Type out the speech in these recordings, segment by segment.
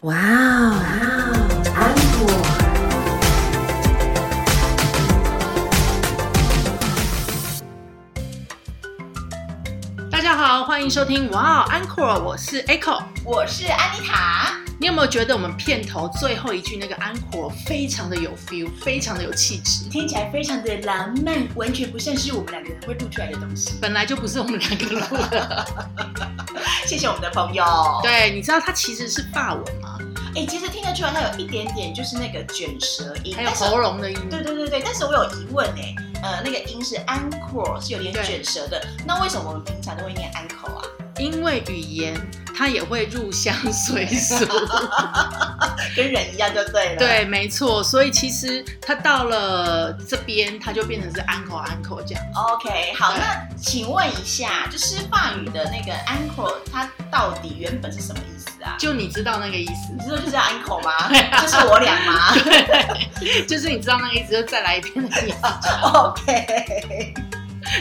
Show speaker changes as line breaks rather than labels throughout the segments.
哇哦，安果。
大家好，欢迎收听哇、哦 Encore，我是 Echo。
我是安妮塔，
你有没有觉得我们片头最后一句那个 Encore 非常的有 feel，非常的有气质？
听起来非常的浪漫，完全不像是我们两个人会录出来的东西。
本来就不是我们两个录的。
谢谢我们的朋友。，
对，你知道它其实是法文吗？
哎、其实听得出来，它有一点点就是那个卷舌音，
还有
但是
喉咙的音。
对对对对，但是我有疑问哎、呃，那个音是 encore 是有点
对
卷舌的，那为什么我们平常都会念 uncle 啊？
因为语言它也会入乡随俗。
跟人一样就对了。，
对，没错。所以其实它到了这边，它就变成是 uncle uncle 这样。
OK，好，
对
那请问一下，就是法语的那个 uncle 它到底原本是什么意思啊？
就你知道那个意 思
你。知道就是 uncle 吗？就是我俩吗
对，就是你知道那个意思，就再来一遍的意思。
？OK。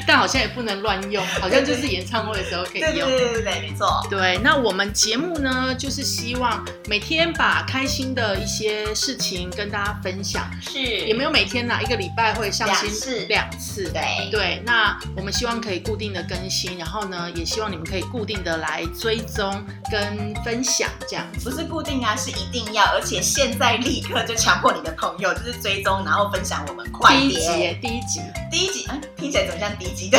但好像也不能乱 用，好像就是演唱会的时候可以
对对
用。
对对对，没错。
对，那我们节目呢，就是希望每天把开心的一些事情跟大家分享，
是
也没有每天啦，一个礼拜会上
两次
新两次。
对
对，那我们希望可以固定的更新，然后呢，也希望你们可以固定的来追踪跟分享这样
不
子。
是固定啊，是一定要，而且现在立刻就强迫你的朋友，就是追踪，然后分享我们快
第一集
点。
耶，第一集，
第一集，嗯，听起来怎么像第一 集？对，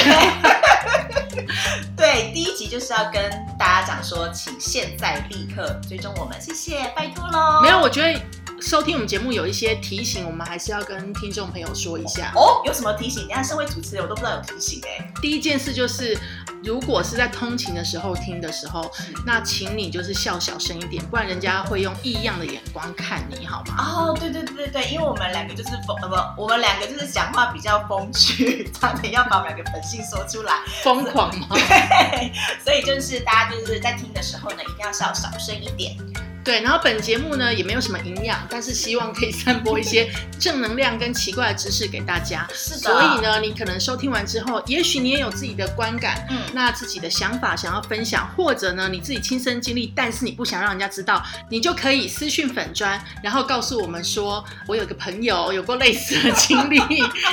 对，第一集就是要跟大家讲说，请现在立刻追踪我们，谢谢，拜托喽。
没有，我觉得收听我们节目有一些提醒，我们还是要跟听众朋友说一下。
哦，有什么提醒？你看，身为主持人，我都不知道有提醒哎、
第一件事就是，如果是在通勤的时候听的时候，那请你就是笑小声一点，不然人家会用异样的眼光看你，好 吗？
哦，对对对对对，因为我们两个就是风，呃不，我们两个就是讲话比较风趣， 差点要把我们两个本性说出来。
疯狂吗？
所以就是大家就是在听的时候呢，一定要稍小声一点。
对。然后本节目呢也没有什么营养，但是希望可以散播一些正能量跟奇怪的知识给大家。
是
所以，呢，你可能收听完之后，也许你也有自己的观感，
嗯，
那自己的想法想要分享，或者呢你自己亲身经历，但是你不想让人家知道，你就可以私讯粉砖，然后告诉我们说，我有个朋友有过类似的经历，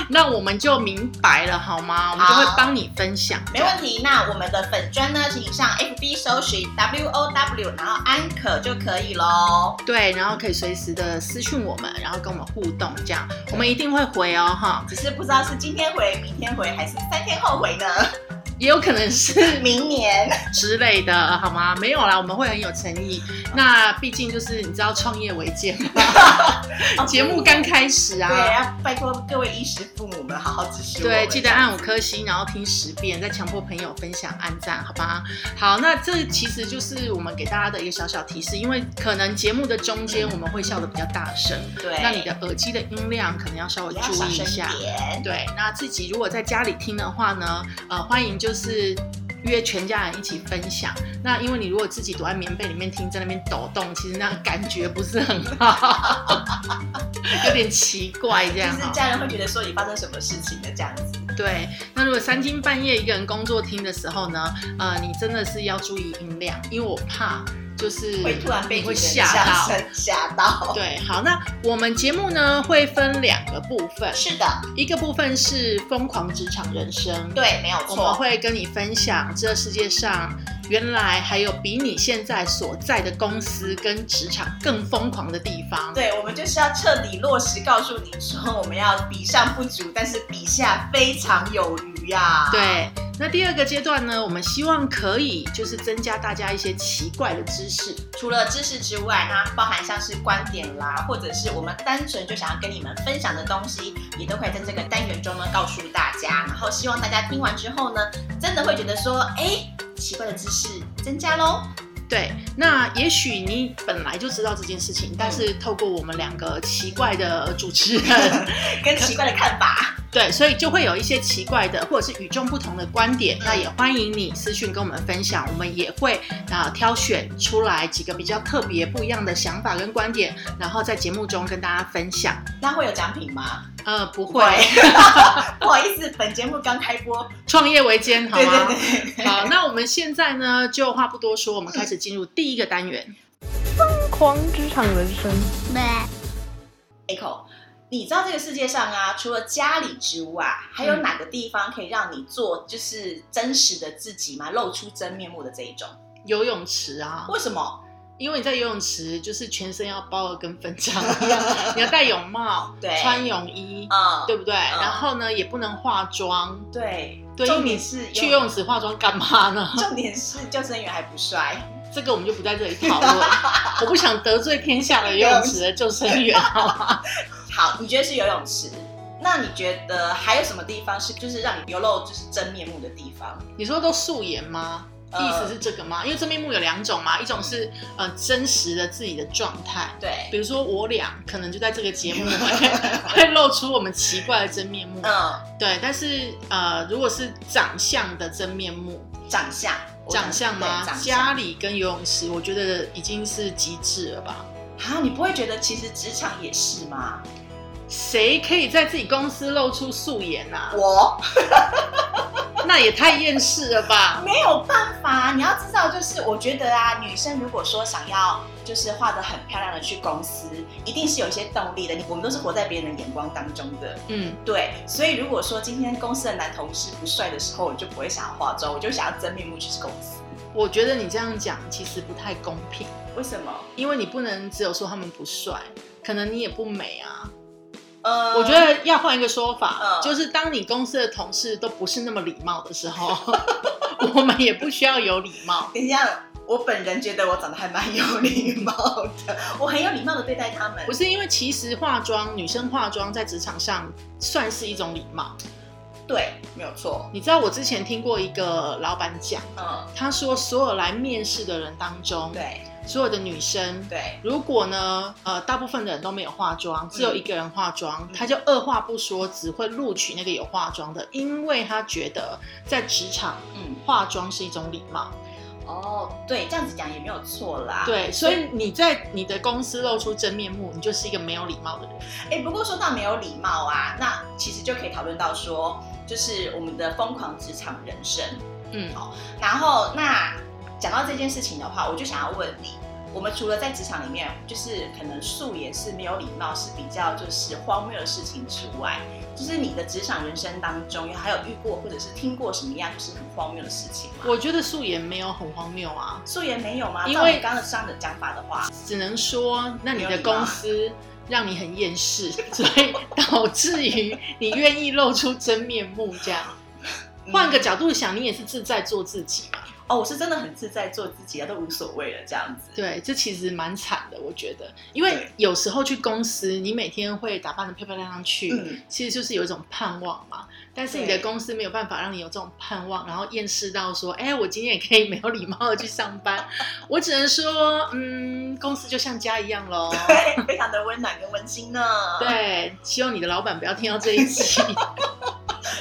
那我们就明白了好 吗？我们就会帮你分享。
没问题。那我们的粉砖呢，请上 FB 搜寻 W O W，然后安可就可以喽。
对，然后可以随时的私讯我们，然后跟我们互动，这样我们一定会回哦，哈，
只是不知道是今天回、明天回，还是三天后 回呢？
也有可能是
明年
之类的，好吗？没有啦，我们会很有诚意。那毕竟就是你知道，创业维艰嘛， 节目刚开始啊，
对，要拜托各位衣食父母们好好支持我们
对，记得按五颗星，然后听十遍，再强迫朋友分享、按赞，好吧？好，那这其实就是我们给大家的一个小小提示，因为可能节目的中间我们会笑得比较大声，
对，
那你的耳机的音量可能要稍微
也要
注
小
意一
声
下。
一点。
对，那自己如果在家里听的话呢，呃，欢迎就是。约全家人一起分享。那因为你如果自己躲在棉被里面听，在那边抖动，其实那感觉不是很好， 有点奇怪这样
就
哈
是。家人会觉得说你发生什么事情的这样子。
对，那如果三更半夜一个人工作听的时候呢，呃，你真的是要注意音量，因为我怕就是
会突然被
你会
主持
吓
人
到。
声吓到。
对，好，那我们节目呢会分两个部分，
是的，
一个部分是疯狂职场人生，，
对，没有
我们
错。
会跟你分享这世界上原来还有比你现在所在的公司跟职场更疯狂的地方。
对，我们就是要彻底落实，告诉你说我们要比上不足，但是比下非常有余呀、啊。，
对，那第二个阶段呢，我们希望可以就是增加大家一些奇怪的知识。
除了知识之外，啊那包含像是观点啦，或者是我们单纯就想要跟你们分享的东西，也都可以在这个单元中呢告诉大家。然后希望大家听完之后呢，真的会觉得说，哎，奇怪的知识增加 喽。
对，那也许你本来就知道这件事情，但是透过我们两个奇怪的主持 人，
跟奇怪的看法，
对，所以就会有一些奇怪的或者是与众不同的观点。那也欢迎你私讯跟我们分享，我们也会啊、挑选出来几个比较特别不一样的想法跟观点，然后在节目中跟大家分享。
那会有奖品吗？
呃，不会，
不好意思，本节目刚开播。
创业维艰，好吗？啊
对对对对。
好，那我们现在呢就话不多说，我们开始进入第一个单元。
疯
框职场人生。
Echo，你知道这个世界上啊，除了家里之外，还
嗯
有哪个地方可以让你做就是真实的自己吗？露出真面目的这一种？
游泳池啊，
为什么？
因为你在游泳池就是全身要包的跟分叉一样，你要戴泳帽，
对
穿泳衣，
啊、
对不对？然后呢，也不能化妆。
对
对
重点是
去游泳池化妆干嘛呢？
重点是救生员还不帅，
这个我们就不在这里讨论，我不想得罪天下的游泳池的救生员，哦好吗？
好，你觉得是游泳池？那你觉得还有什么地方是就是让你流露就是真面目的地方？
你说都素颜吗？
呃
意思是这个吗？因为真面目有两种嘛，一种是呃真实的自己的状态，
对，
比如说我俩可能就在这个节目 会会露出我们奇怪的真面目，
嗯，
对。但是呃，如果是长相的真面目，
长相，我
长相吗
对长？相
家里跟游泳池，我觉得已经是极致了吧。
啊，你不会觉得其实职场也是吗？
谁可以在自己公司露出素颜啊？
我
那也太厌世了 吧！
没有办法，你要知道，就是我觉得啊，女生如果说想要就是画的很漂亮的去公司，一定是有一些动力的。你我们都是活在别人的眼光当中的，
嗯，
对。所以如果说今天公司的男同事不帅的时候，我就不会想要化妆，我就想要真面目去公司。
我觉得你这样讲其实不太公平。
为什么？
因为你不能只有说他们不帅，可能你也不美啊。
呃，
我觉得要换一个说法，
嗯
就是当你公司的同事都不是那么礼貌的时候， 我们也不需要有礼貌。
等一下，我本人觉得我长得还蛮有礼貌的，我很有礼貌的对待他们
不。是因为其实化妆，女生化妆在职场上算是一种礼貌。
对，没有错。
你知道我之前听过一个老板讲，
嗯，
他说所有来面试的人当中，
对
所有的女生。
对，
如果呢，呃，大部分的人都没有化妆，只有一个人化妆，他就二话不说，只会录取那个有化妆的，因为他觉得在职场
嗯，
化妆是一种礼貌。
哦，对，这样子讲也没有错啦。，
对，啊所以你在你的公司露出真面目，你就是一个没有礼貌的人。
哎，不过说到没有礼貌啊，那其实就可以讨论到说，就是我们的疯狂职场人生。
嗯，
然后那讲到这件事情的话，我就想要问你，我们除了在职场里面，就是可能素颜是没有礼貌，是比较就是荒谬的事情之外，就是你的职场人生当中，还有遇过或者是听过什么样就是很荒谬的事情吗？
我觉得素颜没有很荒谬啊，
素颜没有吗？
因
照
为
你刚刚这样的讲法的话，
只能说那你
没有
的
礼貌
公司让你很厌世， 所以导致于你愿意露出真面目这样。
嗯
换个角度想，你也是自在做自己嘛。
哦，我是真的很自在做自己啊，都无所谓了这样子。
对，这其实蛮惨的，我觉得，因为
对
有时候去公司，你每天会打扮的漂漂亮亮去，
嗯，
其实就是有一种盼望嘛。但是你的
对
公司没有办法让你有这种盼望，然后厌世到说，哎，我今天也可以没有礼貌的去上班。我只能说，嗯，公司就像家一样喽。
对， 非常的温暖跟温馨呢。，
对，希望你的老板不要听到这一集。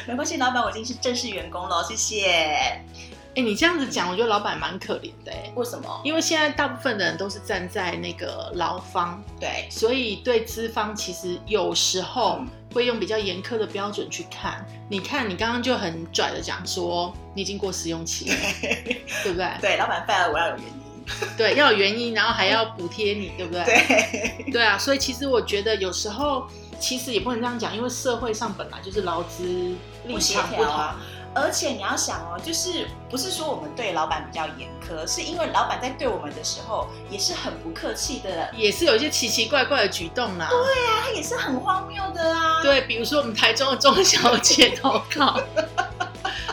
没关系，老板，我已经是正式员工了，谢谢。
哎，你这样子讲，我觉得老板蛮可怜的哎，
为什么？
因为现在大部分的人都是站在那个劳方，
对，
所以对资方其实有时候
嗯
会用比较严苛的标准去看。你看，你刚刚就很拽的讲说你已经过试用期了，对不对？
对，老板 fire 我要有原因。
对，要有原因，然后还要补贴你，对不对？
对，
对啊，所以其实我觉得有时候其实也不能这样讲，因为社会上本来就是劳资立
不协
场不
调
同。
啊。而且你要想哦，就是不是说我们对老板比较严苛，是因为老板在对我们的时候也是很不客气的，
也是有一些奇奇怪怪的举动啦，
他也是很荒谬的啊。
对，比如说我们台中的钟小姐投 稿，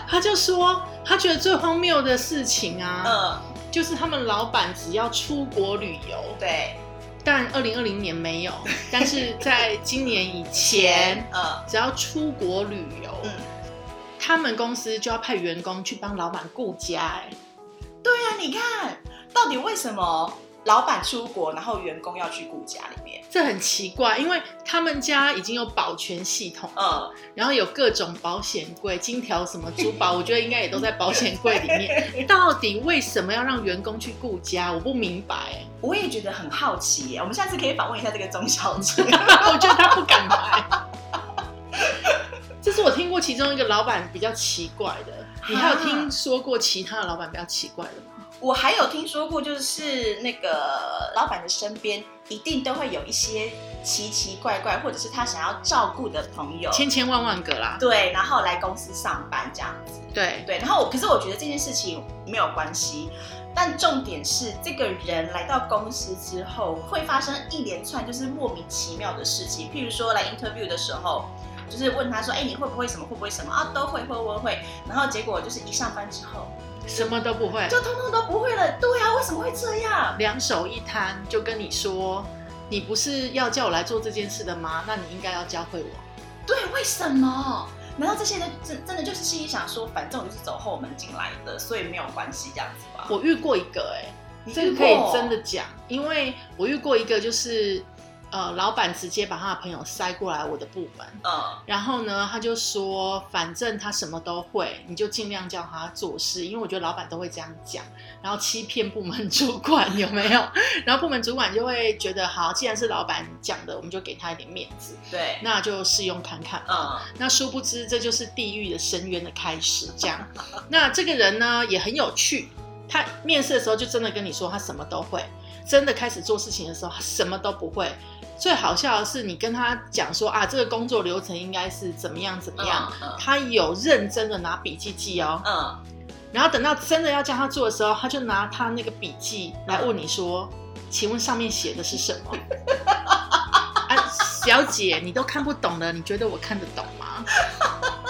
她就说她觉得最荒谬的事情啊，
嗯，
就是他们老板只要出国旅游，
对，
但二零二零年没 有，但是在今年以前，
嗯，
只要出国旅游，
嗯
他们公司就要派员工去帮老板顾家、哎，
对啊，你看到底为什么老板出国，然后员工要去顾家里面？
这很奇怪，因为他们家已经有保全系统，
嗯，
然后有各种保险柜、金条什么珠宝，我觉得应该也都在保险柜里面。到底为什么要让员工去顾家？我不明白、哎
我也觉得很好奇耶。我们下次可以访问一下这个钟小姐。
我觉得他不敢来。这是我听过其中一个老板比较奇怪的，你还有听说过其他的老板比较奇怪的吗？
我还有听说过，就是那个老板的身边一定都会有一些奇奇怪怪，或者是他想要照顾的朋友，
千千万万个啦。
对，然后来公司上班这样子。
对，
对，然后我可是我觉得这件事情没有关系，但重点是这个人来到公司之后会发生一连串就是莫名其妙的事情，譬如说来 interview 的时候。就是问他说：“哎、你会不会什么？会不会什么啊？都会，会会会。”然后结果就是一上班之后，
什么都不会，
就通通都不会了。对啊，为什么会这样？
两手一摊就跟你说，你不是要叫我来做这件事的吗？那你应该要教会我。
对，为什么？难道这些人真真的就是心里想说，反正我就是走后门进来的，所以没有关系这样子吧？
我遇过一个、哎，
你
这
遇
个可以
过
真的讲，因为我遇过一个就是，呃，老板直接把他的朋友塞过来我的部门，
嗯
然后呢，他就说，反正他什么都会，你就尽量叫他做事，因为我觉得老板都会这样讲，然后欺骗部门 主管有没有？然后部门主管就会觉得，好，既然是老板讲的，我们就给他一点面子，
对，
那就试用看看。
嗯
那殊不知，这就是地狱的深渊的开始。这样，那这个人呢也很有趣，他面试的时候就真的跟你说他什么都会，真的开始做事情的时候他什么都不会。最好笑的是，你跟他讲说啊，这个工作流程应该是怎么样怎么样，
嗯
他有认真的拿笔记记哦。
嗯，
然后等到真的要叫他做的时候，他就拿他那个笔记来问你说：“请问上面写的是什么？” 啊，小姐，你都看不懂了，你觉得我看得懂吗？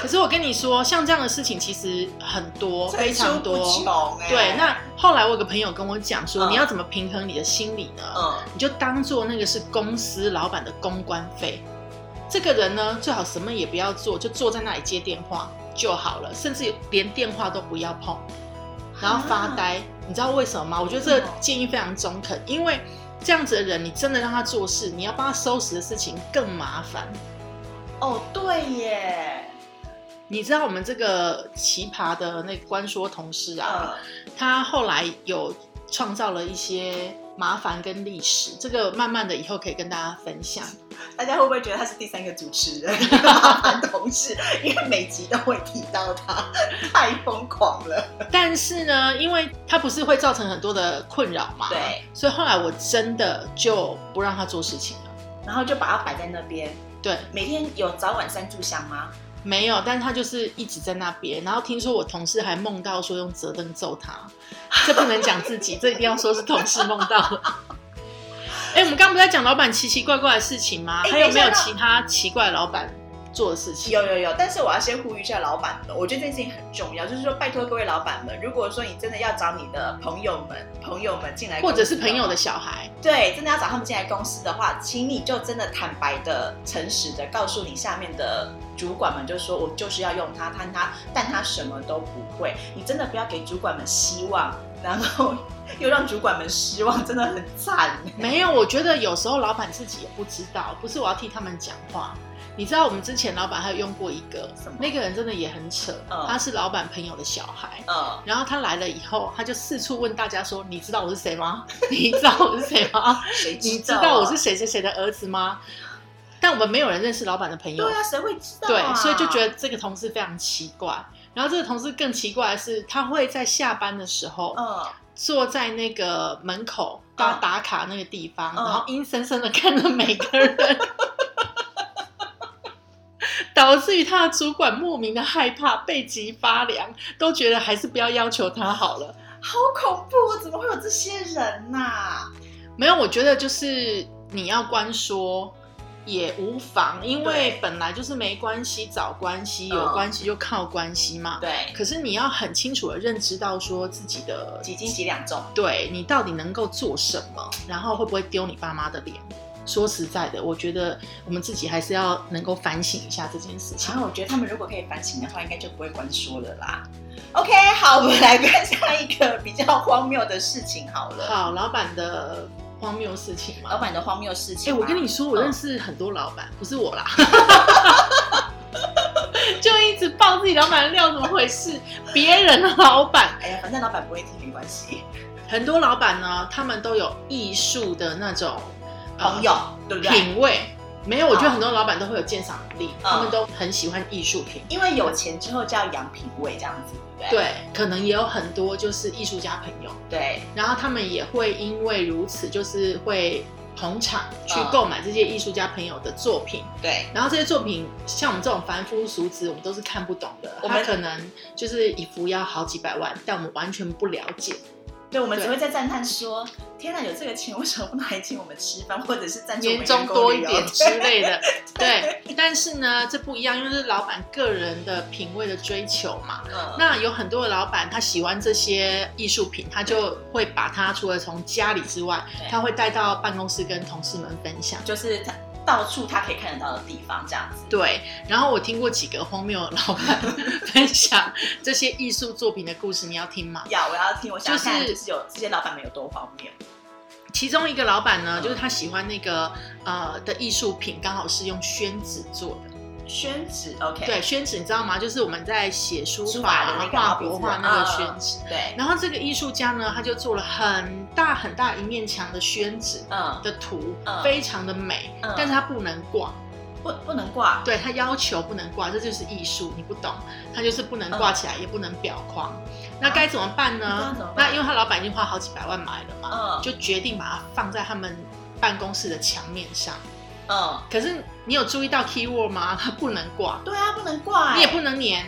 可是我跟你说，像这样的事情其实很多，
层
哦非
出
常
不
多。
穷哎
对，那后来我有个朋友跟我讲说，
嗯
你要怎么平衡你的心理呢？
嗯
你就当做那个是公司老板的公关费。这个人呢，最好什么也不要做，就坐在那里接电话就好了，甚至连电话都不要碰，然后发呆。你知道为什么吗？我觉得这
啊为
个
什么
建议非常中肯，因为这样子的人，你真的让他做事，你要帮他收拾的事情更麻烦。
哦，对耶，
你知道我们这个奇葩的那个官说同事啊，
嗯
他后来有创造了一些麻烦跟历史，这个慢慢的以后可以跟大家分享。
大家会不会觉得他是第三个主持人？ 麻烦同事，因为每集都会提到他，太疯狂了。
但是呢，因为它不是会造成很多的困扰嘛，
对，
所以后来我真的就不让他做事情了。
嗯然后就把他摆在那边，
对，
每天有早晚三炷香吗？
没有，但是他就是一直在那边。然后听说我同事还梦到说用折凳揍他，这不能讲自 己，这一定要说是同事梦到了。哎、我们刚刚不是在讲老板奇奇怪怪的事情吗？
哎
还有没有
等一下
其他奇怪老板做的事情？
有有有，但是我要先呼吁一下老板们，我觉得这件事情很重要，就是说拜托各位老板们，如果说你真的要找你的朋友们、朋友们进来，
或者是朋友的，小孩，
对，真的要找他们进来公司的话，请你就真的坦白的、诚实的告诉你下面的主管们，就说我就是要用他，但他但他什么都不会，你真的不要给主管们希望，然后又让主管们失望，真的很惨。
没有，我觉得有时候老板自己也不知道，不是我要替他们讲话。你知道我们之前老板还有用过一个
什么，
那个人真的也很扯，
嗯
他是老板朋友的小孩。
呃，
然后他来了以后，他就四处问大家说：“你知道我是谁吗？ 你知道我是谁吗？
谁
你
知
知
道啊、
道我是谁谁谁的儿子吗？”但我们没有人认识老板的朋友
对，啊，谁会知道、啊？
对，所以就觉得这个同事非常奇怪。然后这个同事更奇怪的是，他会在下班的时候，
嗯。
坐在那个门口，大家
嗯
打卡那个地方，
嗯
然后阴森森的看着每个人， 导致于他的主管莫名的害怕，背脊发凉，都觉得还是不要要求他好了。
好恐怖！啊怎么会有这些人呐、
没有，我觉得就是你要官说也无妨，因为
对
本来就是没关系找关系，有
嗯
关系就靠关系嘛。
对，
可是你要很清楚的认知到说自己的
几斤几两重。
对你到底能够做什么，然后会不会丢你爸妈的脸？说实在的，我觉得我们自己还是要能够反省一下这件事情
然。后我觉得他们如果可以反省的话，应该就不会关说了啦。OK，好， 我们来看下一个比较荒谬的事情好了。
好，老板的荒谬事情嘛。
老板的荒谬事
哎、
情吗，
我跟你说，我认识很多老板，不是我啦， 就一直爆自己老板的料，怎么回事？别人的老板，
哎呀，反正老板不会听，没关系。
很多老板呢，他们都有艺术的那种、呃
朋友，对不对？
品味，没有，我觉得很多老板都会有鉴赏能力，他们
嗯
都很喜欢艺术品。
因为有钱之后叫养品味这样子，对不对？
对，可能也有很多就是艺术家朋友，
对
然后他们也会因为如此，就是会捧场去
嗯
购买这些艺术家朋友的作品。
对
然后这些作品，像我们这种凡夫俗子，我们都是看不懂的。
我
他
们
可能就是一幅要好几百万，但我们完全不了解。
对，我们
对
只会在赞叹说：“天哪，有这个钱为什么不拿来请我们吃饭，或者是赞助我
年
们
终
员工
多一
旅游
点之类的，对。但是呢，这不一样，因为是老板个人的品味的追求嘛。？”
嗯，
那有很多的老板，他喜欢这些艺术品，他就会把它除了从家里之外，
对
他会带到办公室跟同事们分享。
就是他到处他可以看得到的地方，这样子。
对，然后我听过几个荒谬的老板分享这些艺术作品的故事，你要听吗？
要，我要听，我想
就是
看，就是有这些老板们有多荒谬。
其中一个老板呢，就是他喜欢那个呃的艺术品，刚好是用宣纸做的。
宣纸，OK，
对，宣纸你知道吗？就是我们在写书
书
法
法的那个
画
毛笔
国
字
画
嗯
那个
嗯
宣
嗯
纸。
对，
然后这个艺术家呢，他就做了很大很大一面墙的宣纸
嗯，
的图，
嗯
非常的美，
嗯
但是他不能挂，
不不能挂，
对他要求不能挂，这就是艺术，你不懂，他就是不能挂起来，也不能裱框。那该怎么办
嗯啊
呢
那怎么？办
那因为他老板已经花好几百万买了嘛，
嗯，
就决定把它放在他们办公室的墙面上。
嗯，
可是你有注意到 keyword 吗？它不能挂，
对啊，不能挂，
你也不能粘。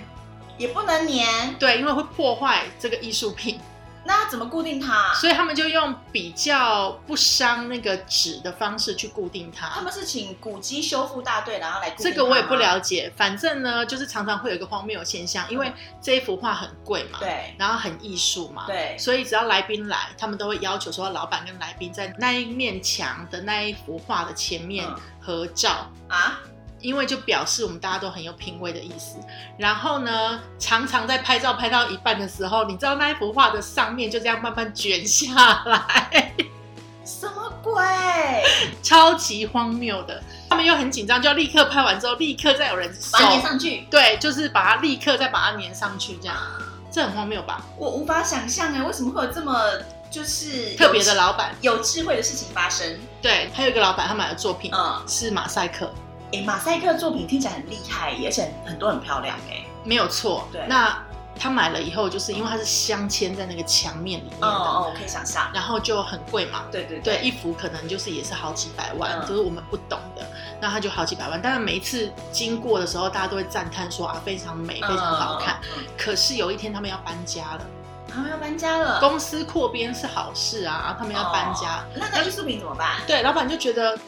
也不能粘，
对，因为会破坏这个艺术品，
那怎么固定它？
所以他们就用比较不伤那个纸的方式去固定
他
它。
们是请古迹修复大队，然后来固定
这个我也
它吗
不，了解，反正呢，就是常常会有一个荒谬的现象，因为这一幅画很贵嘛，
对
然后很艺术嘛，
对
所以只要来宾来，他们都会要求说，老板跟来宾在那一面墙的那一幅画的前面
嗯
合照，
啊，
因为就表示我们大家都很有品味的意思。然后呢，常常在拍照拍到一半的时候，你知道那一幅画的上面就这样慢慢卷下来，
什么鬼？
超级荒谬的。他们又很紧张，就要立刻拍完之后，立刻再有人收
把，它粘上去，
对，就是把它立刻再把它粘上去，这样，这很荒谬吧？
我无法想象哎，为什么会有这么就是
特别的
有
老板，
有智慧的事情发生？
对，还有一个老板他买的作品、
嗯，
是马赛克，
哎，马赛克作品听起来很厉害耶，而且很多很漂亮哎，
没有错。
对
那他买了以后，就是因为它是镶嵌在那个墙面里面的，
哦哦，我可以想象，
然后就很贵嘛，
对对
对，一幅可能就是也是好几百万，
嗯
就是我们不懂的，那它就好几百万。但是每一次经过的时候，大家都会赞叹说啊，非常美，非常好看。，
嗯嗯嗯
可是有一天他们要搬家了，
嗯他们要搬家了，
公司扩编是好事啊，他们要搬家，
哦，那那艺术品怎么办？
对，老板就觉得。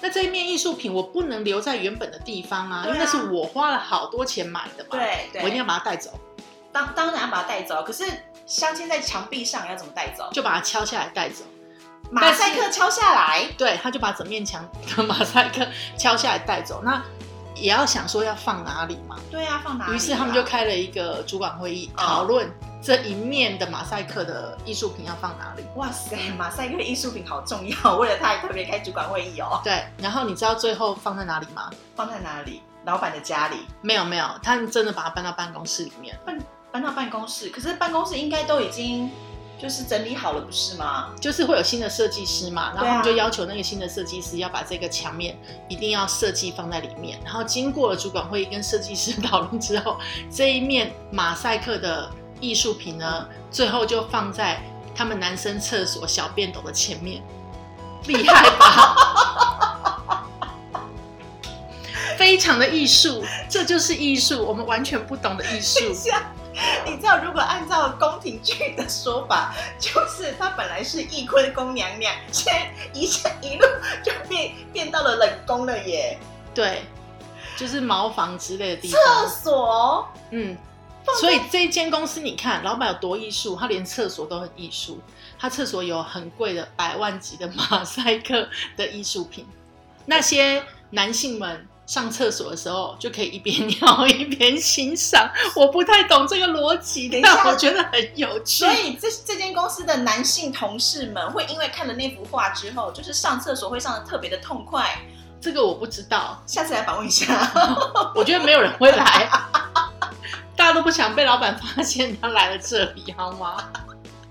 那这一面艺术品我不能留在原本的地方啊，因
对啊
为那是我花了好多钱买的嘛，
对对，
我一定要把它带走，
当当然要把它带走，可是镶嵌在墙壁上要怎么带走？
就把它敲下来带走。
马赛克敲下来，
对，他就把整面墙的马赛克敲下来带走。那也要想说要放哪里嘛，
对啊，放哪里啊？
于是他们就开了一个主管会议，
嗯
讨论这一面的马赛克的艺术品要放哪里。
哇塞，马赛克艺术品好重要，为了它也特别开主管会议哦。
对，然后你知道最后放在哪里吗？
放在哪里？老板的家里，
没有没有，他们真的把它搬到办公室里面，
搬到办公室。可是办公室应该都已经就是整理好了，不是吗？
就是会有新的设计师嘛，然后
对啊
他们就要求那个新的设计师要把这个墙面一定要设计放在里面。然后经过了主管会议跟设计师讨论之后，这一面马赛克的艺术品呢，最后就放在他们男生厕所小便斗的前 面，厉害吧？非常的艺术，这就是艺术，我们完全不懂的艺术。
你知道，如果按照宫廷剧的说法，就是她本来是翊坤宫娘娘，现在一下一路就变变到了冷宫了耶。
对，就是茅房之类的地
厕
方。
所，
嗯，所以这间公司你看，老板有多艺术，他连厕所都很艺术，他厕所有很贵的百万级的马赛克的艺术品，那些男性们。上厕所的时候就可以一边尿一边欣赏，我不太懂这个逻辑
等，一下
但我觉得很有趣
所。以这这间公司的男性同事们会因为看了那幅画之后，就是上厕所会上的特别的痛快。
这个我不知道，
下次来访问一下。
我觉得没有人会 来，大家都不想被老板发现他来了这里，好吗？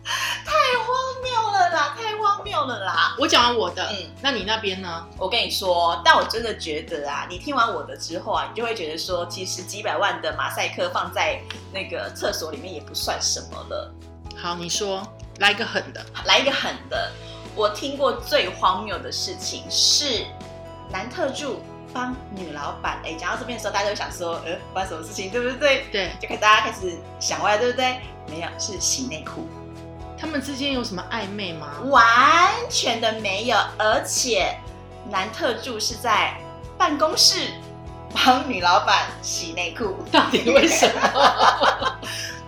太荒谬了啦！太荒谬有了啦。
我讲完我的，
嗯，
那你那边呢？
我跟你说，但我真的觉得啊，你听完我的之后啊，你就会觉得说，其实几百万的马赛克放在那个厕所里面也不算什么了。
好，你说来一个狠的，
来一个狠的，我听过最荒谬的事情是，男特助帮女老板。哎，讲到这边的时候，大家就会想说，呃，发生什么事情，对不对？
对
就开大家开始想歪，对不对？没有，是洗内裤。
他们之间有什么暧昧吗？
完全的没有，而且男特助是在办公室帮女老板洗内裤，
到底为什么？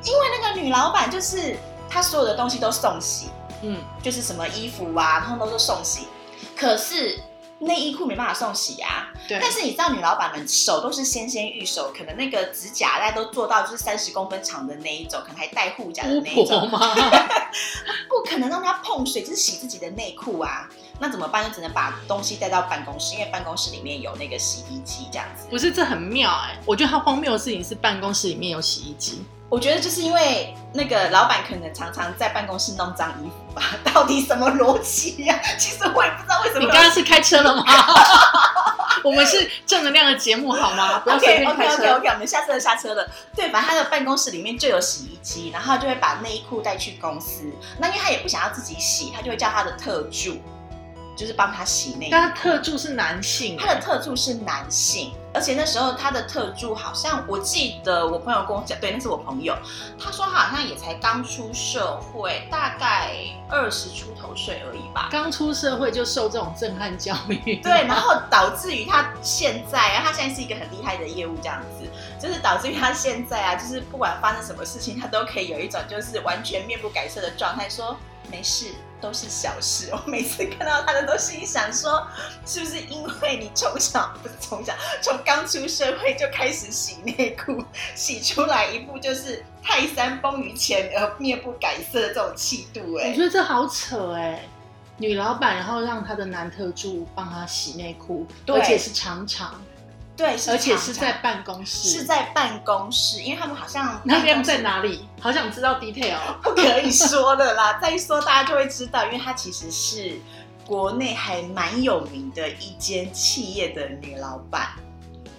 因为那个女老板就是她所有的东西都送洗，
嗯，
就是什么衣服啊，通通都送洗，可是内衣裤没办法送洗啊。
对
但，是你知道女老板们手都是纤纤玉手，可能那个指甲带都做到就是三十公分长的那一种，可能还带护甲的
巫
那一
婆
种，
吗？
不可能让他碰水，就是洗自己的内裤啊。那怎么办？就只能把东西带到办公室，因为办公室里面有那个洗衣机这样子。
不是，这很妙哎、我觉得他荒谬的事情是办公室里面有洗衣机，
我觉得就是因为那个老板可能常常在办公室弄脏衣服吧， 到底什么逻辑呀、其实我也不知道为什么
你
有。
刚刚是开车 了吗？我们是正能量的节目好吗？不要随
OK
便
OK
开车。
OK OK，我们下车了下车了。对，反正他的办公室里面就有洗衣机，然后他就会把内衣裤带去公司。那因为他也不想要自己洗，他就会叫他的特助，就是帮他洗内衣。
但他特助是男性啊
他的特助是男性，而且那时候他的特助好像我记得我朋友跟我讲，对，那是我朋友，他说他好像也才刚出社会，大概二十出头岁而已吧。
刚出社会就受这种震撼教育，
对，然后导致于他现在啊，他现在是一个很厉害的业务这样子，就是导致于他现在啊，就是不管发生什么事情，他都可以有一种就是完全面不改色的状态，说没事，都是小事。我每次看到他的都心里想说，是不是因为你从小不是从小，从刚出社会就开始洗内裤，洗出来一副就是泰山崩于前而面不改色的这种气 度、
我
哎
觉。得这好扯哎、女老板，然后让她的男特助帮她洗内裤，
对
而且是常常，
对，是
而且
常
是
常
在办公室。
是在办公室，因为他们好像
那量
办公室
在哪里？好想知道 detail 哦。
不可以说的啦，再说大家就会知道，因为她其实是国内还蛮有名的一间企业的女老板。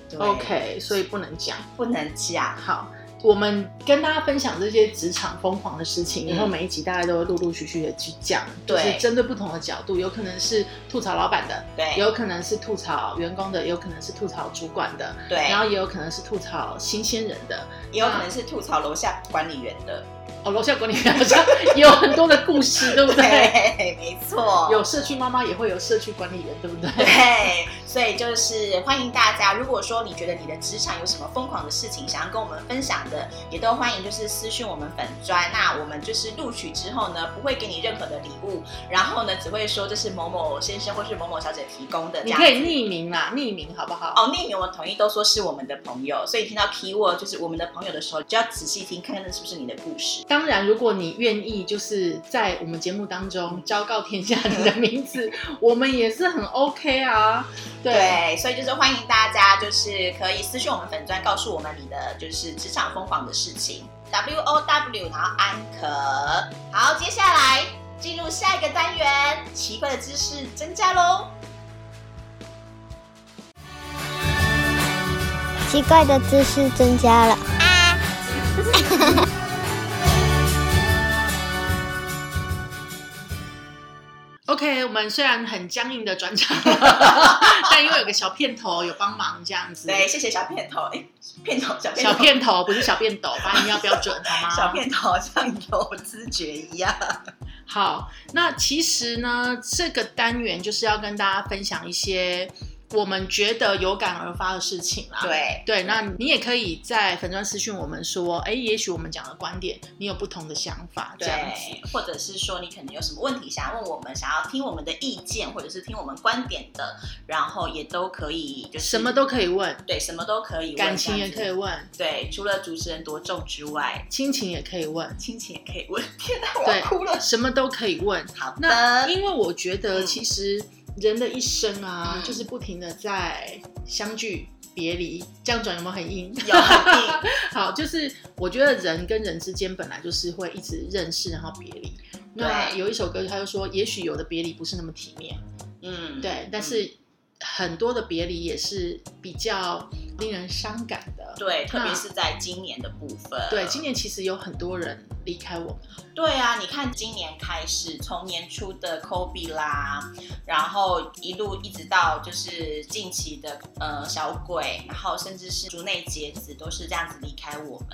对
OK，所以不能讲。
不能讲。
好，我们跟大家分享这些职场疯狂的事情，
嗯
以后每一集大家都会陆陆续续的去讲，就
对
是针对不同的角度，有可能是吐槽老板的，
对，
有可能是吐槽员工的，有可能是吐槽主管的，
对，
然后也有可能是吐槽新鲜人的。
也有可能是吐槽楼下管理员的。
哦，楼下管理员好像也有很多的故事，对不对？
对，没错。
有社区妈妈也会有社区管理员，对不对？
对，所以就是欢迎大家，如果说你觉得你的职场有什么疯狂的事情想要跟我们分享的，也都欢迎就是私讯我们粉砖。那我们就是录取之后呢，不会给你任何的礼物，然后呢，只会说这是某某先生或是某某小姐提供的这
你
样
可以
子。
匿名啦，匿名好不好？
哦，匿名我们统一都说是我们的朋友，所以听到 keyword 就是我们的朋友的时候，就要仔细听，看看那是不是你的故事。
当然，如果你愿意，就是在我们节目当中昭告天下你的名字，我们也是很 OK 啊。对，
对，所以就是欢迎大家，就是可以私信我们粉砖，告诉我们你的就是职场疯狂的事情。W O W，然后安可。好，接下来进入下一个单元，奇怪的知识增加喽。
奇怪的知识增加了。
OK，我们虽然很僵硬的转 场，但因为有个小片头有帮忙这样子。
对，谢谢小片头， 哎，片头小片头
小片头不是小片斗，发音要标准好吗？
小片头好像有知觉一样。
好，那其实呢，这个单元就是要跟大家分享一些我们觉得有感而发的事情啦。。
对，
对，那你也可以在粉专私讯我们说，哎，也许我们讲的观点，你有不同的想法，这样子。
对，或者是说你可能有什么问题想要问我们，想要听我们的意见，或者是听我们观点的，然后也都可以，就是
什么都可以问，
对，什么都可以问，
感情也
这
可以
样子。
问，
对，除了主持人多重之外，
亲情也可以问，
亲情也可以问。 天哪，
对
我哭了。
什么都可以问。
好
那
的，
因为我觉得
嗯
其实人的一生啊，
嗯
就是不停的在相聚别离，这样转有没有很硬？
有很硬。
好，就是我觉得人跟人之间本来就是会一直认识，然后别离。那
对
有一首歌，他就说，也许有的别离不是那么体面，
嗯，
对，但是很多的别离也是比较令人伤感的。
对，啊特别
那
是在今年的部分，
对，今年其实有很多人离开我们，
对啊，你看今年开始，从年初的 Kobe 啦，然后一路一直到就是近期的呃小鬼，然后甚至是竹内结子，都是这样子离开我们。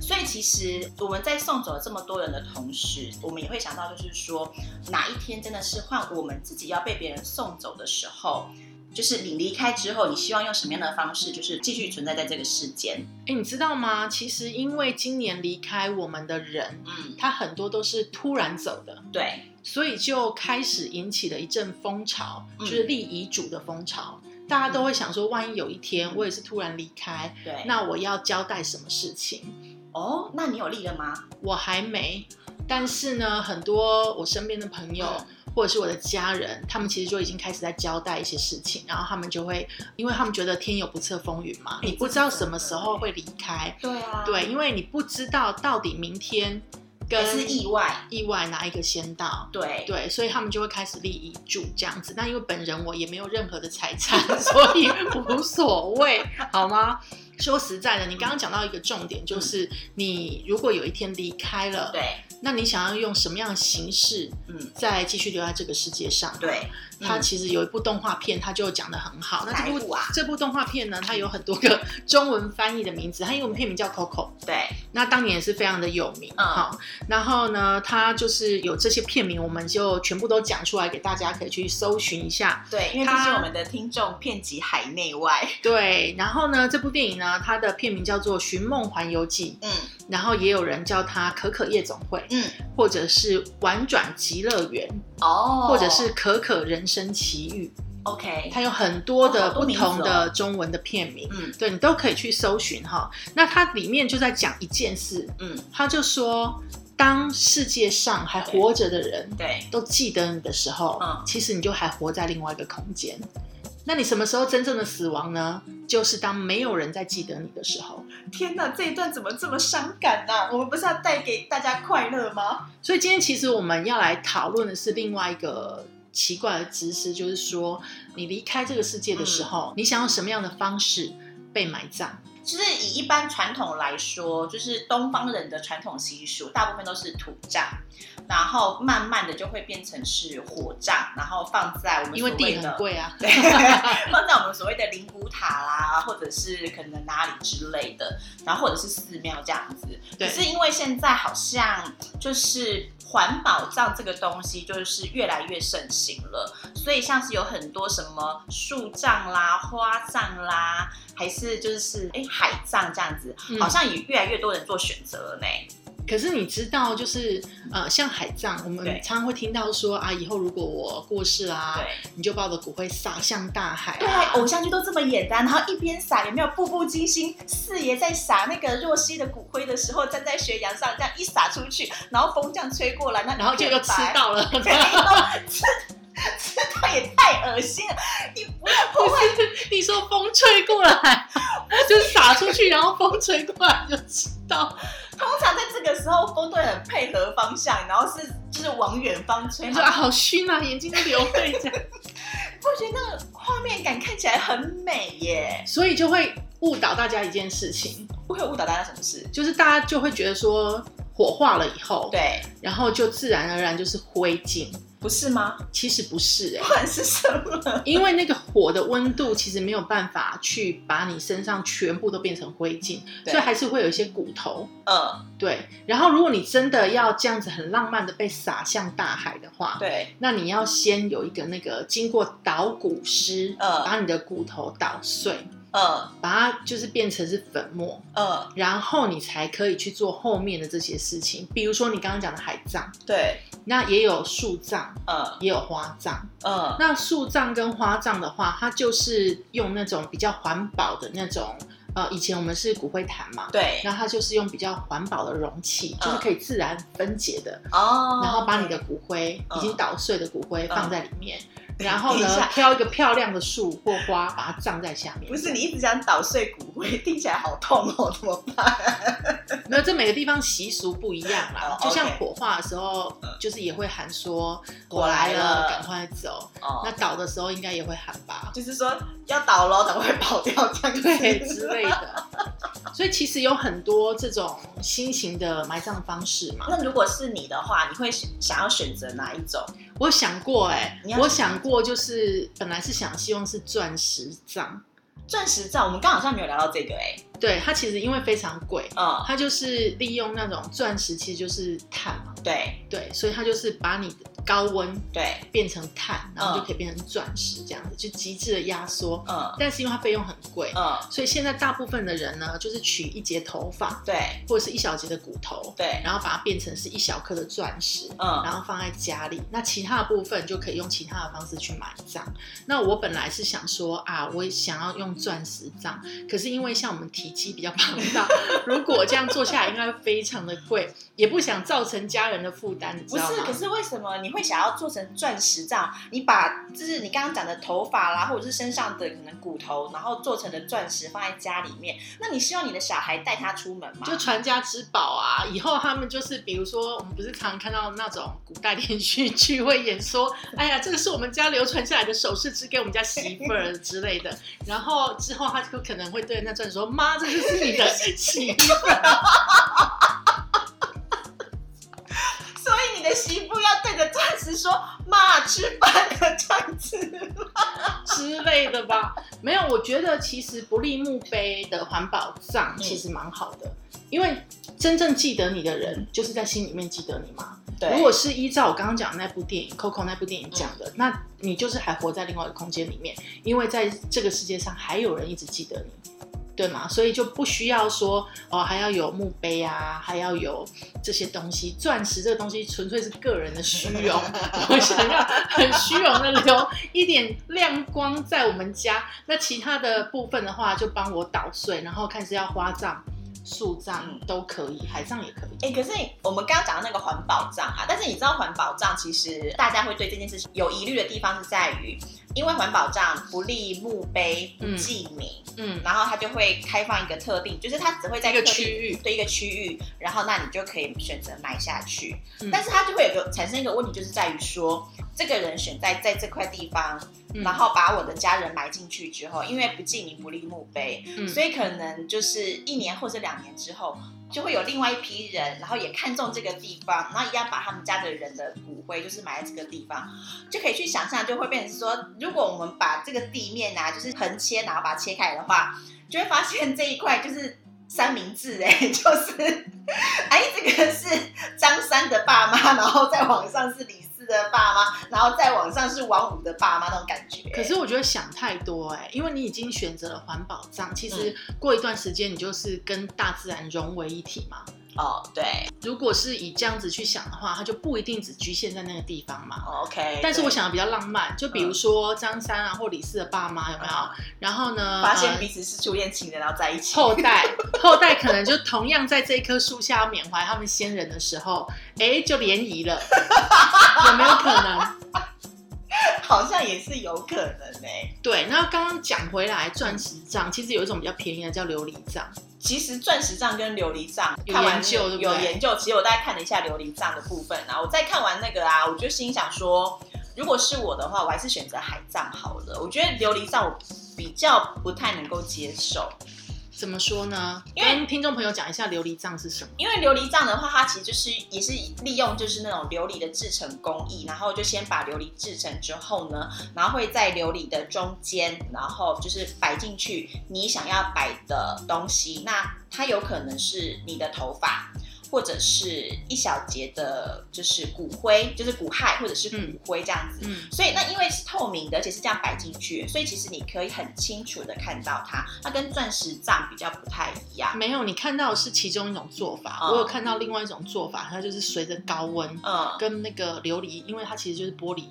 所以其实我们在送走这么多人的同时，我们也会想到，就是说哪一天真的是换我们自己要被别人送走的时候。就是你离开之后，你希望用什么样的方式，就是继续存在在这个世间？
哎，你知道吗？其实因为今年离开我们的人，
嗯，
他很多都是突然走的，
对，
所以就开始引起了一阵风潮，
嗯
就是立遗嘱的风潮。大家都会想说，万一有一天我也是突然离开，
对。
那我要交代什么事情？
哦，那你有立了吗？
我还没。但是呢，很多我身边的朋友
嗯
或者是我的家人，他们其实就已经开始在交代一些事情，然后他们就会，因为他们觉得天有不测风云嘛，
哎
你不知道什么时候会离开，
对啊，
对，因为你不知道到底明天
也
跟
是意外，
意外哪一个先到，
对，
对，所以他们就会开始立遗嘱这样子。那因为本人我也没有任何的财产， 所以无所谓，好吗？说实在的，你刚刚讲到一个重点，就是你如果有一天离开了，
对，
那你想要用什么样的形式
嗯，
再继续留在这个世界上？
对，
它
嗯
其实有一部动画片，它就讲的很好。那
哪一
这部
部啊
这部动画片呢，它有很多个中文翻译的名字，它英文片名叫 Coco。
对，
那当年也是非常的有名，
嗯
哈、然后呢，它就是有这些片名，我们就全部都讲出来给大家可以去搜寻一下。
对，因为这
他
是我们的听众遍及海内外，
对，然后呢，这部电影呢，它的片名叫做《寻梦环游记
嗯》，
然后也有人叫它《可可夜总会》，
嗯，
或者是《玩转极乐园》，
哦，
或者是《可可人生奇遇
OK，》，
它有很多
哦
的
好多
不
名字
同
哦
的中文的片名。
嗯
对你都可以去搜寻哈，那它里面就在讲一件事，
嗯，
他就说，当世界上还活着的人
对，
都记得你的时候，
嗯
其实你就还活在另外一个空间。那你什么时候真正的死亡呢？就是当没有人再记得你的时候。
天哪，这一段怎么这么伤感呢、我们不是要带给大家快乐吗？
所以今天其实我们要来讨论的是另外一个奇怪的知识，就是说你离开这个世界的时候，
嗯
你想用什么样的方式被埋葬？
就是以一般传统来说，就是东方人的传统习俗，大部分都是土葬，然后慢慢的就会变成是火葬，然后放在我们
因为
所谓
地
的
很 贵啊。
对，放在我们所谓的灵骨塔啦，或者是可能哪里之类的，然后或者是寺庙这样子。
对
可是因为现在好像就是环保葬这个东西就是越来越盛行了，所以像是有很多什么树葬啦、花葬啦，还是就是哎海葬这样子，
嗯
好像也越来越多人做选择了呢。
可是你知道，就是呃，像海葬，我们
对
常常会听到说啊，以后如果我过世啦、
对
你就把我的骨灰撒向大海、
对
啊。，
偶像剧都这么演的啊，然后一边撒有没有步步惊心？四爷在撒那个若曦的骨灰的时候，站在悬崖上这样一撒出去，然后风这样吹过来，那
然后就又吃到 了。
一片白，对，吃吃到也太恶心了！你不要破坏，
你说风吹过来，就是撒出去，然后风吹过来就吃到。
通常在这个时候风都会很配合方向，然后是就是往远方吹，
你
你
说啊，好熏啊，眼睛都流泪这样，
不觉得那个画面感看起来很美耶？
所以就会误导大家一件事情，
不会误导大家什么事？
就是大家就会觉得说火化了以后，，
对，
然后就自然而然就是灰烬。
不是吗？
其实不是哎、
不管是什么，
因为那个火的温度其实没有办法去把你身上全部都变成灰烬，
对
所以还是会有一些骨头。
嗯，
对，然后如果你真的要这样子很浪漫的被撒向大海的话，
对，
那你要先有一个那个经过捣骨师，
嗯
把你的骨头捣碎，
嗯
把它就是变成是粉末，
嗯，
然后你才可以去做后面的这些事情，比如说你刚刚讲的海葬，
对。
那也有树葬，
嗯
也有花葬。
嗯
那树葬跟花葬的话，它就是用那种比较环保的那种，呃，以前我们是骨灰坛嘛，
对，
然后它就是用比较环保的容器，就是可以自然分解的，
嗯哦
然后把你的骨灰、
嗯
已经捣碎的骨灰
嗯
放在里面，然后
等一
呢
下
挑一个漂亮的树或花，把它葬在下面。
不是你一直想捣碎骨灰， 听起来好痛哦，怎么办？
没有，这每个地方习俗不一样啦。
哦
就像
OK
火化的时候
嗯，
就是也会喊说
火
火
来
来
了
了，赶快走。那
哦，
倒的时候应该也会喊 吧，
就是说要倒了，赶快跑掉这样
对
子。
之类的。所以其实有很多这种新型的埋葬方式嘛。
那如果是你的话，你会选想要选择哪一种？
我想过、欸，
你要
我想过，就是本来是想希望是钻石葬，
钻石照，我们刚好像没有聊到这个哎、
对它其实因为非常贵，
嗯，
它就是利用那种钻石，其实就是碳嘛，
对
对，所以它就是把你的高温
对，
变成碳，然后就可以变成钻石这样子，就极致的压缩。
嗯
但是因为它费用很贵，
嗯，
所以现在大部分的人呢，就是取一节头发
对
或者是一小节的骨头，
对，
然后把它变成是一小颗的钻石，
嗯
然后放在家里。那其他的部分就可以用其他的方式去埋葬。那我本来是想说啊，我想要用钻石葬，可是因为像我们体积比较庞大，如果这样做下来，应该会非常的贵，也不想造成家人的负担，你知
不
道
是，
吗？
可是为什么你会想要做成钻石照？你把就是你刚刚讲的头发啦，或者是身上的可能骨头，然后做成的钻石放在家里面，那你希望你的小孩带他出门吗？
就传家之宝啊！以后他们就是，比如说，我们不是常看到那种古代连续剧会演说，哎呀，这个是我们家流传下来的首饰，只给我们家媳妇儿之类的。然后之后他就可能会对那钻石说：“妈，这个是你的媳妇儿。
所以你的媳妇要对着钻石说：“妈，吃饭了。”这样子。”
之类的吧？没有，我觉得其实不立墓碑的环保葬其实蛮好的，因为真正记得你的人，就是在心里面记得你嘛。如果是依照我刚刚讲的那部电影《Coco》那部电影讲的，那你就是还活在另外一个空间里面，因为在这个世界上还有人一直记得你，对吗？所以就不需要说哦，还要有墓碑啊，还要有这些东西。钻石这个东西纯粹是个人的虚荣，我想要很虚荣的留一点亮光在我们家。那其他的部分的话，就帮我捣碎，然后看是要花葬、树葬
嗯
都可以，海葬也可以。
哎、可是我们刚刚讲到那个环保账啊，但是你知道环保账其实大家会对这件事情有疑虑的地方是在于，因为环保账不立墓碑、不
嗯
记名，
嗯，
然后它就会开放一个特定，就是它只会在
一个
特定
区域
对一个区域，然后那你就可以选择埋下去。
嗯
但是它就会有个产生一个问题，就是在于说，这个人选在在这块地方，
嗯
然后把我的家人埋进去之后，因为不记名不立墓碑，
嗯
所以可能就是一年或者两年之后，就会有另外一批人，然后也看中这个地方，然后一样把他们家的人的骨灰就是埋在这个地方，就可以去想象，就会变成是说，如果我们把这个地面啊，就是横切，然后把它切开的话，就会发现这一块就是三明治、哎， 就是，哎，这个是张三的爸妈，然后再往上是李四的爸妈，然后再往上是王五的爸妈那种感觉。
可是我觉得想太多哎、因为你已经选择了环保葬，其实
嗯
过一段时间你就是跟大自然融为一体嘛。
哦，对
如果是以这样子去想的话，它就不一定只局限在那个地方嘛。
哦，OK 对。
但是我想的比较浪漫，就比如说张三啊或李四的爸妈有没有？然后呢，
发现
呃
彼此是初恋情人，然后在一起。
后代 后代可能就同样在这一棵树下缅怀他们先人的时候，哎、就联谊 了，有没有可能？
好像也是有可能呢、
对，那刚刚讲回来，钻石葬其实有一种比较便宜的叫琉璃葬。
其实钻石杖跟琉璃杖
有
看完
研究对不对
有研究，其实我大概看了一下琉璃杖的部分啊，我再看完那个啊，我就心想说，如果是我的话，我还是选择海葬好了。我觉得琉璃杖我比较不太能够接受，
怎么说呢？
因为
跟听众朋友讲一下琉璃杖是什么。
因为琉璃杖的话，它其实就是也是利用就是那种琉璃的制成工艺，然后就先把琉璃制成之后呢，然后会在琉璃的中间，然后就是摆进去你想要摆的东西。那它有可能是你的头发，或者是一小节的，就是骨灰，就是骨骸或者是骨灰这样子。
嗯
所以那因为是透明的，而且是这样摆进去，所以其实你可以很清楚的看到它。它跟钻石杖比较不太一样。
没有，你看到的是其中一种做法，
哦
我有看到另外一种做法，它就是随着高温
嗯，
跟那个琉璃，因为它其实就是玻璃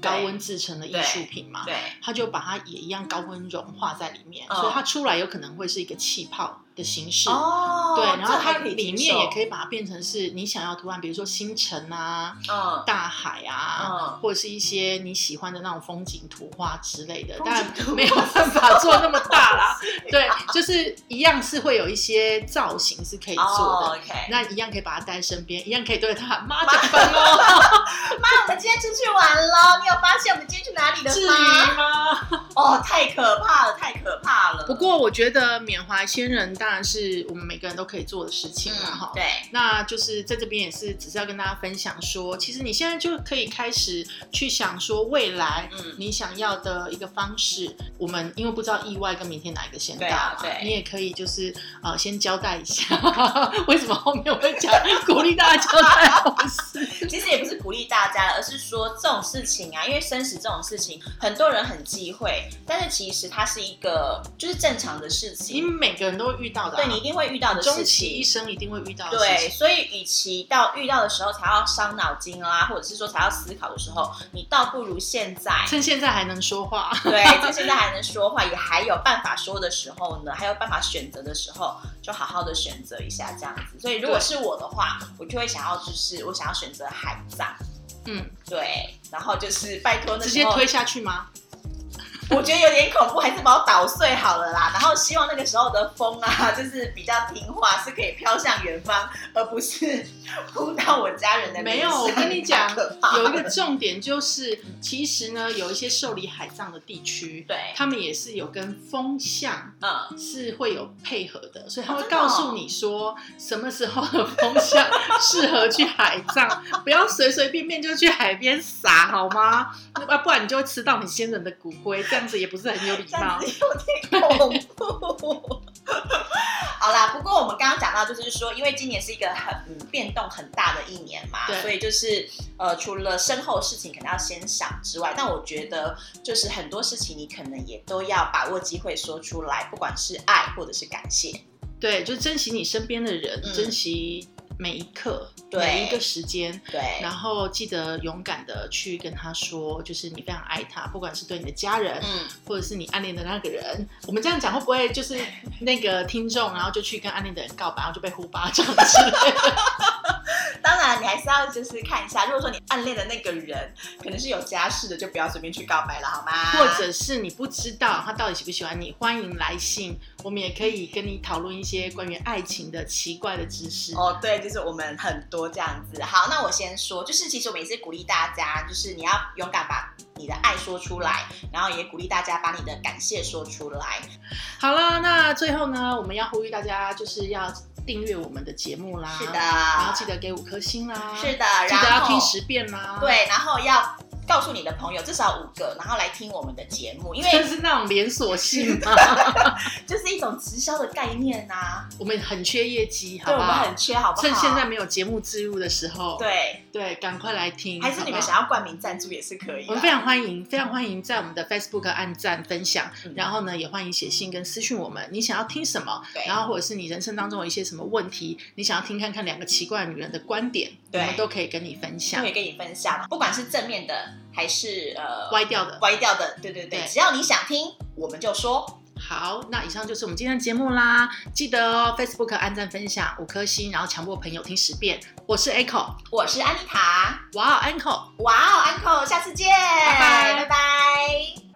高温制成的艺术品嘛，
对。
它就把它也一样高温融化在里面，
哦
所以它出来有可能会是一个气泡的形式。
哦，
对，然后
这还
它
可以
里
接
面
受
也可以把它变成是你想要的图案，比如说星辰啊、
嗯，
大海啊，
嗯
或者是一些你喜欢的那种风景图画之类的。
风
当然
景图
没有办法做那么大 啦，对，就是一样是会有一些造型是可以做的。
哦，OK，
那一样可以把它带在身边，一样可以对着它喊妈加分 哦，
妈，我们今天出去玩了，你有发现我们今天去哪里了
至于
吗？
吗？
哦，太可怕了，太可怕了。
不过我觉得缅怀先人当然是我们每个人都可以做的事情啦，哈、
嗯，对，
那就是在这边也是，只是要跟大家分享说，其实你现在就可以开始去想说未来。
嗯，
你想要的一个方式，我们因为不知道意外跟明天哪一个先到
对啊
嘛
对
你也可以就是呃先交代一下， 为什么后面我会讲鼓励大家交代好事？
其实也不 是鼓励大家了，而是说这种事情啊，因为生死这种事情，很多人很忌讳，但是其实它是一个就是正常的事
因
情，
为每个人都会遇到的啊、
对你一定会遇到的
终
事
其一
情。
生一定会遇到的事
对，
情。
所以与其到遇到的时候才要伤脑筋啦，或者是说才要思考的时候，你倒不如现在，
趁现在还能说话，
对，趁现在还能说话，也还有办法说的时候呢，还有办法选择的时候，就好好的选择一下这样子。所以如果
对
是我的话，我就会想要就是我想要选择海葬，
嗯，
对，然后就是拜托那
直
时
接
候
推下去吗？
我觉得有点恐怖，还是把我捣碎好了啦。然后希望那个时候的风啊，就是比较听话，是可以飘向远方，而不是 扑到我家人的
没
脸
有，
上
我跟你
太
讲
可 怕，
有一
了
个重点就是，其实呢，有一些受理海葬的地区，
对，
他们也是有跟风向
嗯，
是会有配合的，所以他
哦
会
真的哦
告诉你说什么时候的风向适合去海葬， 不要随随便便就去海边撒好吗？啊，不然你就会吃到你先人的骨灰，这样子也不是很有礼
这
貌
样子。有点恐怖。 好啦，不过我们刚刚讲到，就是说，因为今年是一个很、嗯、变动很大的一年嘛，
对
所以就是呃，除了身后的事情可能要先想之外，但我觉得就是很多事情你可能也都要把握机会说出来，不管是爱或者是感谢。
对，就珍惜你身边的人，
嗯
珍惜每一刻，
对
每一个时间，
对，
然后记得勇敢的去跟他说，就是你非常爱他，不管是对你的家人，
嗯，
或者是你暗恋的那个人。我们这样讲会不会 就是那个听众，然后就去跟暗恋的人告白，然后就被呼巴掌之类 的？
当然你还是要就是看一下，如果说你暗恋的那个人可能是有家室的，就不要随便去告白了，好吗？
或者是你不知道他到底喜不喜欢你，欢迎来信，我们也可以跟你讨论一些关于爱情的奇怪的知识。
哦，对，就是我们很多这样子。好，那我先说，就是其实我们也是鼓励大家，就是你要勇敢把你的爱说出来，然后也鼓励大家把你的感谢说出来。
好啦，那最后呢，我们要呼吁大家就是要订阅我们的节目啦，
是的，
然后记得给五颗星啦，
是的，
记
然
得
后
要听十遍啦，。
对，然后要告诉你的朋友至少五个，然后来听我们的节目，因
就
为
是那种连锁性嘛，
就是一种直销的概念呐、
我们很缺业绩，好
对
不
我们
好？
很缺，好不好？
趁现在没有节目植入的时候，
对，
对，赶快来听。
还是你
要？
们想要冠啊名赞助也是可以的。
我们非常欢迎，非常欢迎在我们的 Facebook 按赞分享，
嗯
然后呢，也欢迎写信跟私讯我们，你想要听什么
对，
然后或者是你人生当中有一些什么问题，你想要听看看两个奇怪的女人的观点，我
对
们都可以跟你分
都
享
可以。跟你分享，不管是正面的还是呃
歪掉的，
歪掉的，对对对，
对
只要你想听，我们就说。
好，那以上就是我们今天的节目啦。记得哦，Facebook 按赞分享五颗星，然后强迫朋友听十遍。我是 Echo，
我是安妮塔，
哇哦，Echo，
哇哦，Uncle，下次见，
拜拜
拜拜